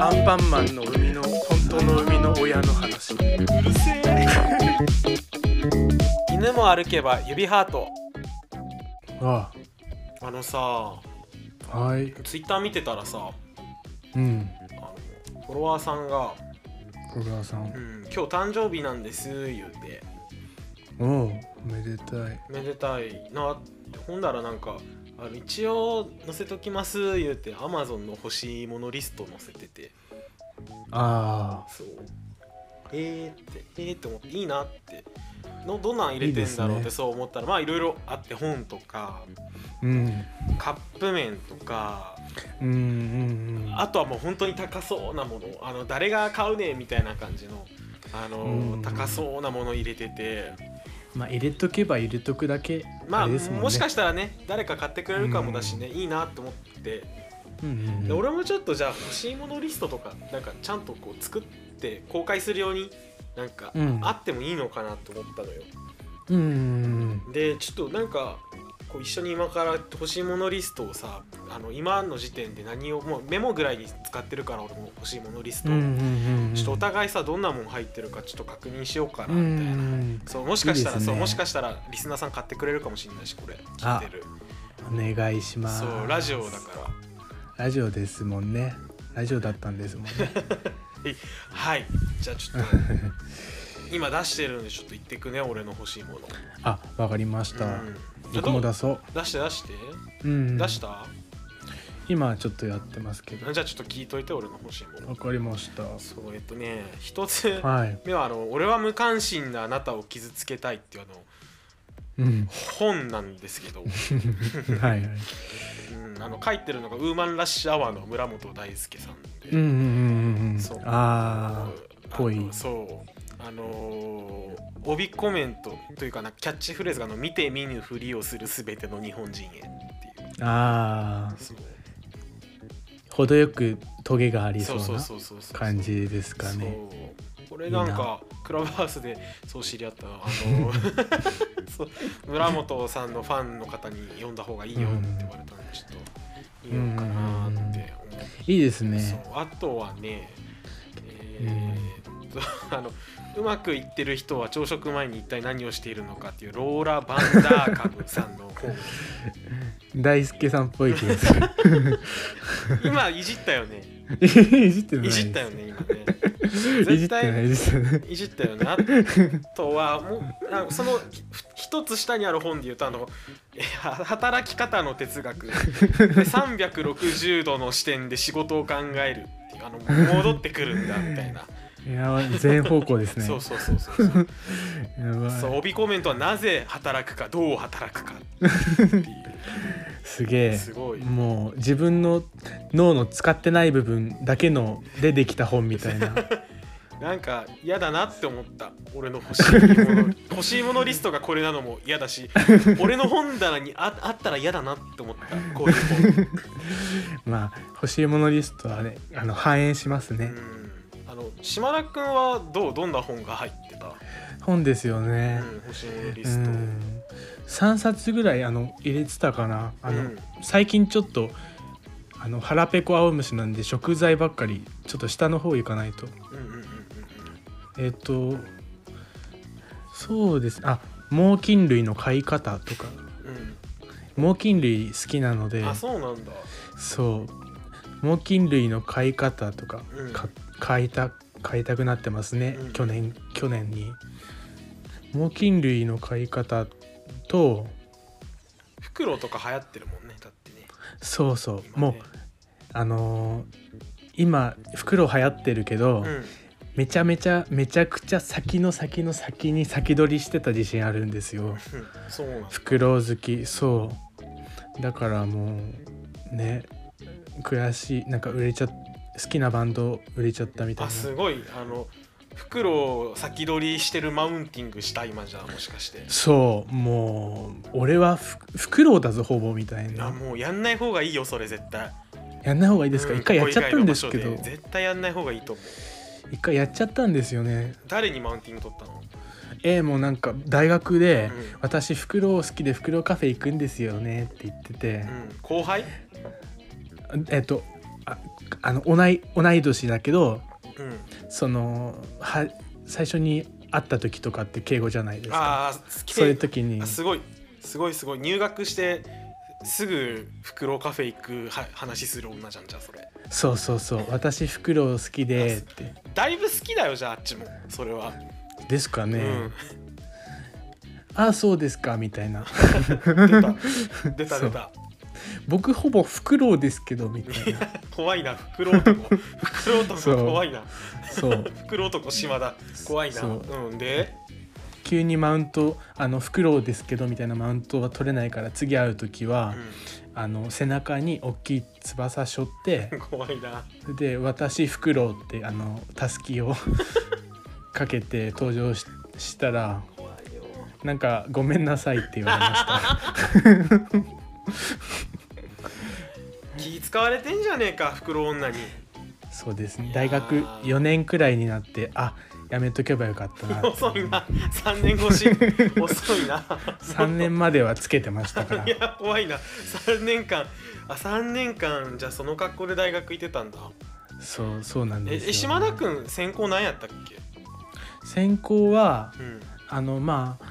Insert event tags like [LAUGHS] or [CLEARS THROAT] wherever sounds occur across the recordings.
アンパンマンの生みの本当の生みの親の話犬も歩けば指ハートああのさあはいツイッター見てたらさうんあのフォロワーさんが小川さ「うんん今日誕生日なんです」言うておおめでたいめでたいなってほんだらなんかあの一応載せときます言うてアマゾンの欲しいものリスト載せててあそうえー、ってえー、って思っていいなってのどんなん入れてんだろういいでってすねそう思ったらまあいろいろあって本とかあうんカップ麺とかうんうんうんあとはもう本当に高そうなものあの誰が買うねんみたいな感じのあうのん高そうなもの入れててまあ入れとけば入れとくだけまあれですんねもしかしたらね誰か買ってくれるかもだしねいいなって思ってうんうんでうん俺もちょっとじゃあ欲しいものリストとかなんかちゃんとこう作って公開するようになんかうんあってもいいのかなと思ったのようんうんでちょっとなんかこう一緒に今から欲しいものリストをさあの今の時点で何をもうメモぐらいに使ってるから俺も欲しいものリスうトんうを、んうんうんちょっとお互いさどんなもん入ってるかちょっと確認しようかなうんみたいな、うんそうもしかしたらいいですねそうもしかしたらリスナーさん買ってくれるかもしれないしこれ聞いてるうんお願いしますそうラジオだからラジオですもんねラジオだったん [LAUGHS] ですもんねはいじゃあちょっと今出してるんでちょっと言ってくね俺の欲しいもの、あわかりました、うん僕もど出そう出して出して、う、ん、出した今ちょっとやってますけどじゃあちょっと聞いといて俺の欲しいものわかりましたそうえっとね一つはい、目はあの「俺は無関心なあなたを傷つけたい」っていうあの [LAUGHS] うん、本なんですけど、はいはいうん、あの書いてるのがウーマンラッシュアワーの村本大輔さんで、うんうんうんうんうんそうああぽいあのそうあのー帯コメントというかなキャッチフレーズがあの「見て見ぬふりをするすべての日本人へ」っていうああそう程よくトゲがありそそううそうなそうそうそう感じですかねそうこれなんかクラブハウスでそう知り合ったあの [LAUGHS] そう村本さんのファンの方に呼んだ方がいいよって言われたんでちょっといいのかなって思って、いいですそうねあとはねえーっと [LAUGHS] あのうまくいってる人は朝食前に一体何をしているのかっていうローラ・バンダーカムさんの本大輔さんっぽい気が [LAUGHS] す今いじったよねるいじってないいじったよね [LAUGHS] 今ね絶絶対対いじってないいじったよね。あとはもうなんかそのひ一つ下にある本で言うとあのえ働き方の哲学で360度の視点で仕事を考えるっていうあの戻ってくるんだみたい [LAUGHS] な、やばい全方向ですねそうそうそうそうそうやばいそう帯コメントはなぜ働くかどう働くかっていすげ [LAUGHS] うすごえいもう自分の脳の使ってない部分だけのでできた本みたい [LAUGHS] ななんか嫌だなって思った俺の [LAUGHS] 欲しいもの欲しいものリストがこれなのも嫌だし俺の本棚にああったら嫌だなって思ったこういう本。まあ欲しいものリストはねあの反映しますね、うんあの島田君はどうどんな本が入ってた、本ですよね、うん、星のリうスト、ん、3冊ぐらいあの入れてたかなあの、うん最近ちょっとあの腹ペコアオムシなんで食材ばっかりちょっと下の方行かないとうんうんうんうんえっ、とそうですあ猛禽類の飼い方とかうん猛禽類好きなのでうんあそうなんだそう猛禽類の飼い方とか,うんか飼いた飼いたくなってますね、うん去年去年に猛禽類の飼い方と袋とか流行ってるもんねだってねそうそう、今もうねあのー今袋流行ってるけうど、んめちゃめちゃめちゃくちゃ先の先の先に先取りしてた自信あるんですようんそうなんだ袋好きそうだからもうね悔しいなんか売れちゃ好きなバンド売れちゃったみたいあなすごいあの袋を先取りしてるマウンティングした今じゃあもしかしてそうもう俺はふ袋だぞほぼみたいあなもうやんない方がいいよそれ絶対やんない方がいいですか、うん一回やっちゃったんですけここ以外のど場所で絶対やんない方がいいと思う一回やっちゃったんですよね誰にマウンティング取ったのえーもうなんか大学でうん「私フクロウ好きでフクロウカフェ行くんですよね」って言っててう、ん後輩えっとああの同い同い年だけどうん、そのは最初に会った時とかって敬語じゃないですかああすそういう時にあすごいすごいすごい入学してすぐフクロウカフェ行くは話する女じゃんじゃあそれそうそうそう私フクロウ好きでってだいぶ好きだよじゃああっちもそれは、ですかね、うんああそうですかみたいな出た出た [LAUGHS] そ出うた僕ほぼフクロウですけどみたいな [LAUGHS] 怖いなフクロウ男フクロウ男怖いなそうフクロウ男島だ怖いなそううんで急にマウントあのフクロウですけどみたいなマウントは取れないから次会う時は、あの背中に大きい翼背負ってうん怖いなで「私フクロウ」ってあのたすき [LAUGHS] をかけて登場ししたら怖いよなんか「ごめんなさい」って言われました [LAUGHS] 気使われてんじゃねえかフクロウ女にそうですいねやー大学4年くらいになってあやめとけばよか [LAUGHS] ったなって遅いな3年越し遅い [LAUGHS] な3年まではつけてましたからいや怖いな3年間あ3年間じゃあその格好で大学行ってたんだそうそうなんえですよ、え島田君専攻何やったっ専攻はけ、うん、あのまあ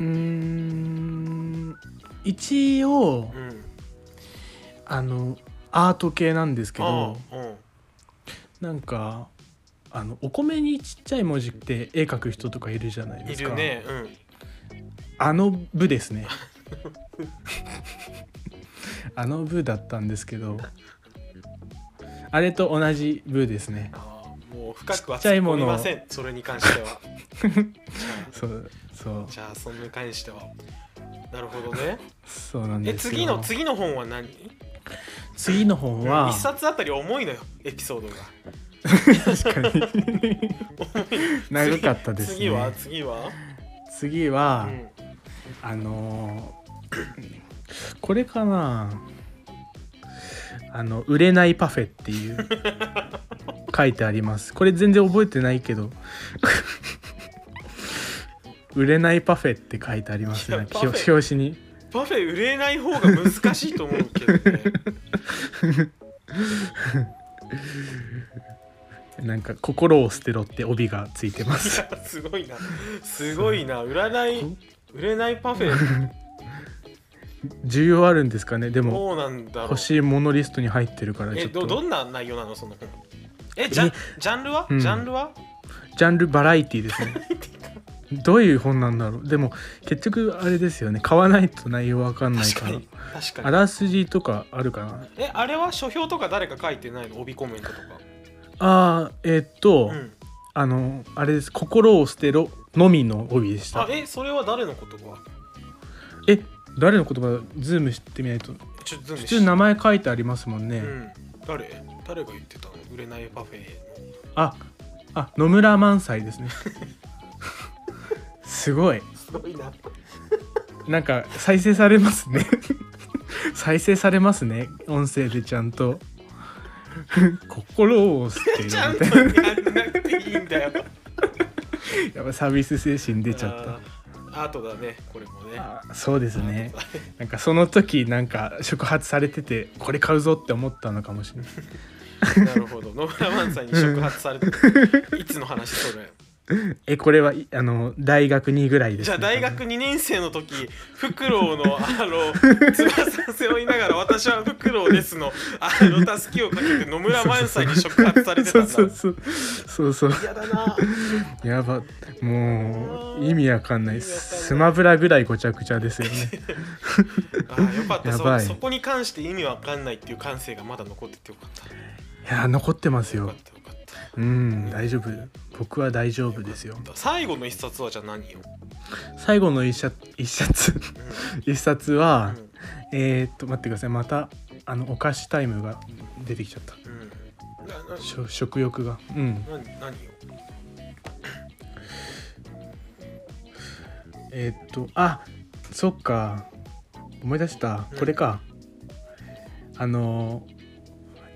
うーん一応うんあのアート系なんですけどああうんなんかあのお米にちっちゃい文字って絵描く人とかいるじゃないでいすかるねうんあの部で [LAUGHS] すねあの部だったんですけどあれと同じ部ですねああもう深くはちっちゃ突いっ込もみのませんそれに関してはそうそうじゃあそれに関してはなるほどねそうなんえ [LAUGHS] ですよ次の次の本は何次の本は一冊あたり重いのよエピソードが確かに [LAUGHS] 長かったですね次は次は、次うは、ん、あの [CLEARS THROAT] ーこれかなあの「売れないパフェ」っていう [LAUGHS] 書いてありますこれ全然覚えてないけど [LAUGHS] 売れないパフェって書いてありますいやねパフェ表表紙にパフェ売れない方が難しいと思うけどね [LAUGHS] なんか「心を捨てろ」って帯がついてまい [LAUGHS] すやすごいなすごいな売らない売れないパフェ [LAUGHS] 需要あるんですかねでもどうなんだろう欲しいものリストに入ってるからちえょっどどとんな内容なのその本えジャンジャンルは、うんジャンルはジャンルバラエティですねどういう本なんだろうでも結局あれですよね買わないと内容わかんない確かからに確あからすじとかあるかなにえあれは書評とか誰か書いてないの帯コメントとかあーえーっと、うんあのあれです「心を捨てろ」のみの帯でしあたえそれは誰の言葉え誰の言葉ズームしてみないとちょっと普通名前書いてありますもんね、うん誰誰が言ってたの売れないパフェのああ野村萬斎 [LAUGHS] ですねすごいすごいななんか再生されますね [LAUGHS] 再生されますね音声でちゃんと [LAUGHS] 心を捨てるみちたゃいんなとやんなくていいんだよやっぱサービス精神出ちゃっあとだねこれもねたあそうですねなんかその時なんか触発されててこれ買うぞって思ったのかもし [LAUGHS] れなないるほど野村萬斎に触発されていつの話それえこれはいあの大学2ぐらいです、ね、じゃあ大学2年生の時フクロウのあの翼を背負いながら「私はフクロウですの」あのたすきをかけて野村萬斎に触発されてたそんうそうだそうそうそう嫌だなやば意もう意味わかんない味わかんないスマブラぐらいごちゃごちゃですよねあよかったやばそいそこに関して意味わかんないっていう感性がまだ残っててよかったいや残ってますよかよったよかっうん大丈夫僕は大丈夫ですよた最後の一冊はじゃあ何よ、最後の一冊一冊 [LAUGHS] 一冊うんは、えー、っと待ってくださいまたあのお菓子タイムが出てきちゃったうんうんななしょ食欲がうん何何よえーっとあそっか思い出したうんこれか、あの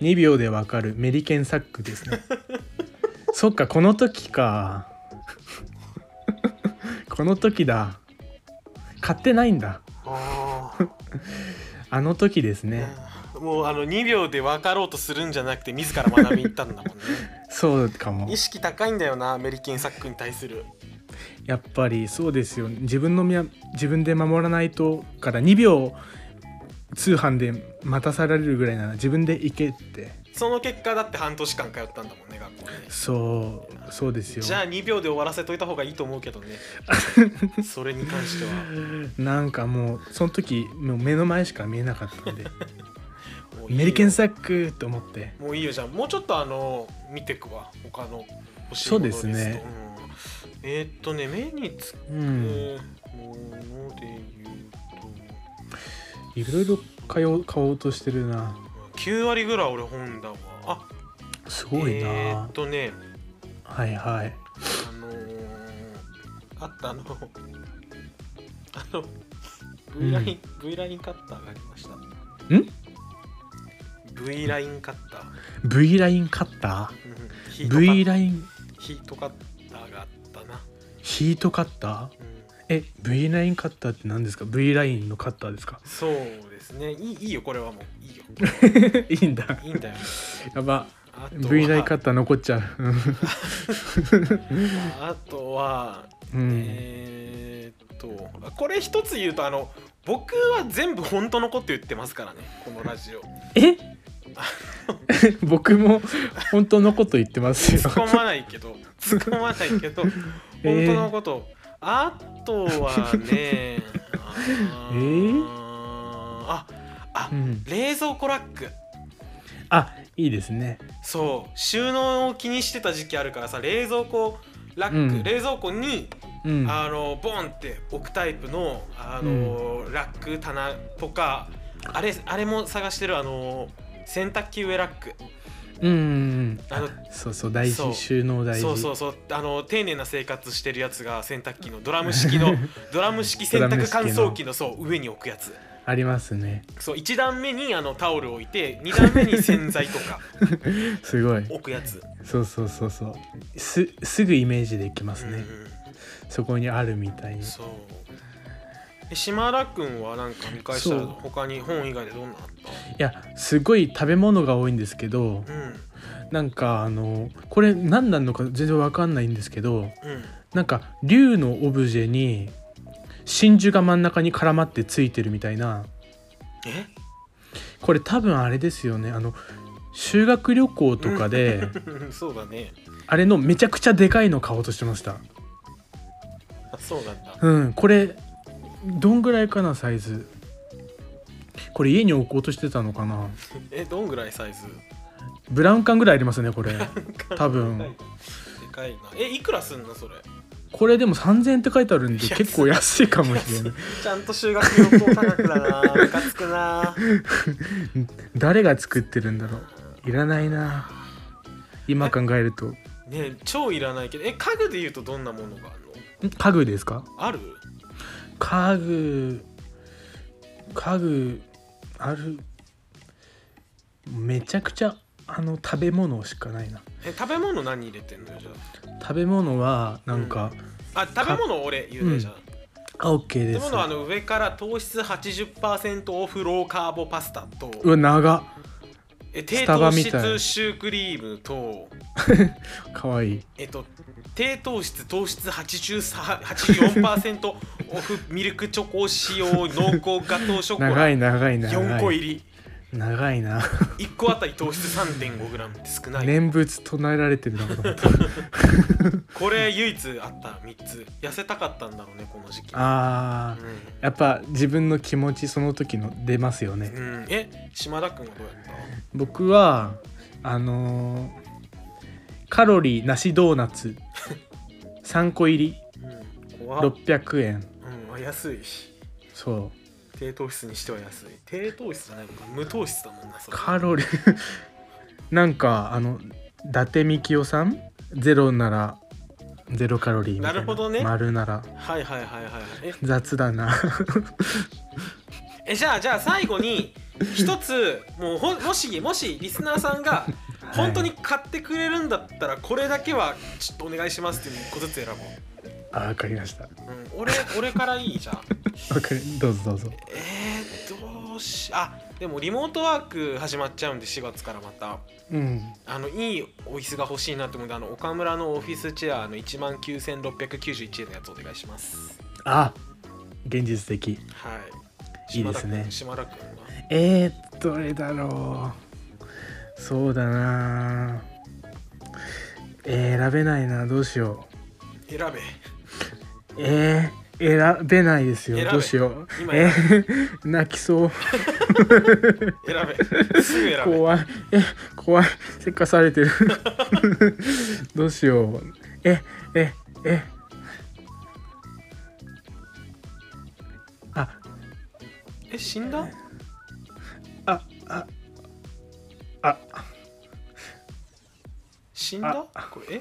ー、2秒でわかるメリケンサックです [LAUGHS] ねそっかこの時か [LAUGHS] この時だ買ってないんだあああの時ですねももうあの2秒で分かろうとするんじゃなくて自ら学びに行ったんだもんねそうか [LAUGHS] も意識高いんだよなアメリケンサックに対するやっぱりそうですよね自分のみや自分で守らないとから2秒通販で待たされるぐらいなら自分で行けってその結果だって半年間通ったんだもんね学校にそうそうですよじゃあ2秒で終わらせといた方がいいと思うけど [LAUGHS] ねそれに関してはなんかもうその時もう目の前しか見えなかった [LAUGHS] んもういでいよメリケンサックと思ってもういいよじゃあもうちょっとあの見てくわ他の欲しいそものうでリストすねうんえーっとね目につくうもんので言うと、いろいろ買おう買おうとしてるな9割ぐらい俺本だわあすごいな、えーっとねはいはいあのー、あったあの [LAUGHS] あの V ライン、V ラインカッターがありましたん V ラインカッター [LAUGHS] V ラインカッタうんヒートカー V ッラインヒートカッターがあったな、ヒートカッターうんえ V ラインカッターって何ですか V ラインのカッターですかそうですねいいいいよこれはもういいよいいんだ [LAUGHS] いいん [LAUGHS] だよやばあとは V ラインカッター残っちゃうあとは、うん、うんえーっとこれ一つ言うとあの僕は全部本当のこと言ってますからねこのラジオえ [LAUGHS] 僕も本当のこと言ってますよ突っ込まないけど突っ込まないけど本 [LAUGHS] えー当のこと、あとはね [LAUGHS] あーえーああうん、冷蔵庫ラックあいいですねそう収納を気にしてた時期あるからさ冷蔵庫ラック、うん冷蔵庫にうんあのボンって置くタイプのあの、ラック棚とかあれあれも探してるあの洗濯機上ラックうんうんうんあのそうそう大そう事収納大事そうそうそうあの丁寧な生活してるやつが洗濯機のドラム式 [LAUGHS] のドラム式洗濯乾燥機のそう上に置くやつありますねそう1段目にあのタオル置いて2段目に洗剤とかすごい置くやつ、そうそうそうそうすすぐイメージできますうんね、うんそこにあるみたいにそうえ島田君はなんか見返したらそう他に本以外でどんなのあっいやすごい食べ物が多いんですけどたうんなんかあのこれ何なのか全然わかんないんですけどうんなんか竜のオブジェに真珠が真ん中に絡まってついてるみたいなえ [LAUGHS] これ多分あれですよねあの修学旅行と [LAUGHS] かでそうだねあれのめちゃくちゃでかいの買おうとしてましたあそうなんだうんこれどんぐらいかなサイズこれ家に置こうとしてたのかなえどんぐらいサイズブラウン管ぐらいありますねこれ多分でかいなえいくらすんのそ [LAUGHS] れこれでも3000円って書いてあるんでいや結構安いかもしれないちゃんと修学旅行価格だなムカつくな誰が作ってるんだろういらないな今考えるとんね超いらないけどえ家具で言うとどんなものがあるの家具ですかある家具家具あるめちゃくちゃあの食べ物しかないなえ食べ物何入れてんのよじゃ食べ物はなんか、ああ食べ物俺言うねうんじゃああオッケー食でべす物はあの上から糖質80%オフローカーボパスタとうわ長っえ低スタバ糖みたい質シュークリームとかわいいえっと、低糖質、糖質83 84%オフミルクチョコ使用濃厚ガトーショコ長ラい長い4長個い入長いなり1個あたり糖質 3.5g って少ない、念仏唱えられてるな [LAUGHS] この人これ唯一あった3つ痩せたかったんだろうねこの時期あーやっぱ自分の気持ちその時の出ますよねうん、うん、え島田君はどうやった僕はあのーカロリーなしドーナ [LAUGHS] ツ3個入りうん怖っ600円うん、安いそう低糖質にしては安い低糖質じゃないのか無糖質だもんなそれカロリー [LAUGHS] なんかあの伊達みきおさんゼロならゼロカロリーみたいななるほどね丸ならはいはいはいはいえ雑だなえじゃあじゃあ最後に一つもうほもしもしリスナーさんがい本当に買ってくれるんだったらこれだけはちょっとお願いしますっていう個ずつ選ぼ [LAUGHS] あわかりましたわう、うん、俺俺からいいじゃんかりどうぞどうぞえー、ど少しあでもリモートワーク始まっちゃうんで4月からまたうんあのいいお椅子が欲しいなって思うんであの岡村のオフィスチェアの1万9691円のやつお願いしますあ現実的はいいいですね島田君島田君はえー、どれだろうそうだなえー選べないなどうしよ選べうえー、選べないですよ選べどうしよう今えー泣きそう選 [LAUGHS] べすぐ選べ怖いえ怖いせっかされてる [LAUGHS] どうしようえええあえ死んだあああ死んだこれえ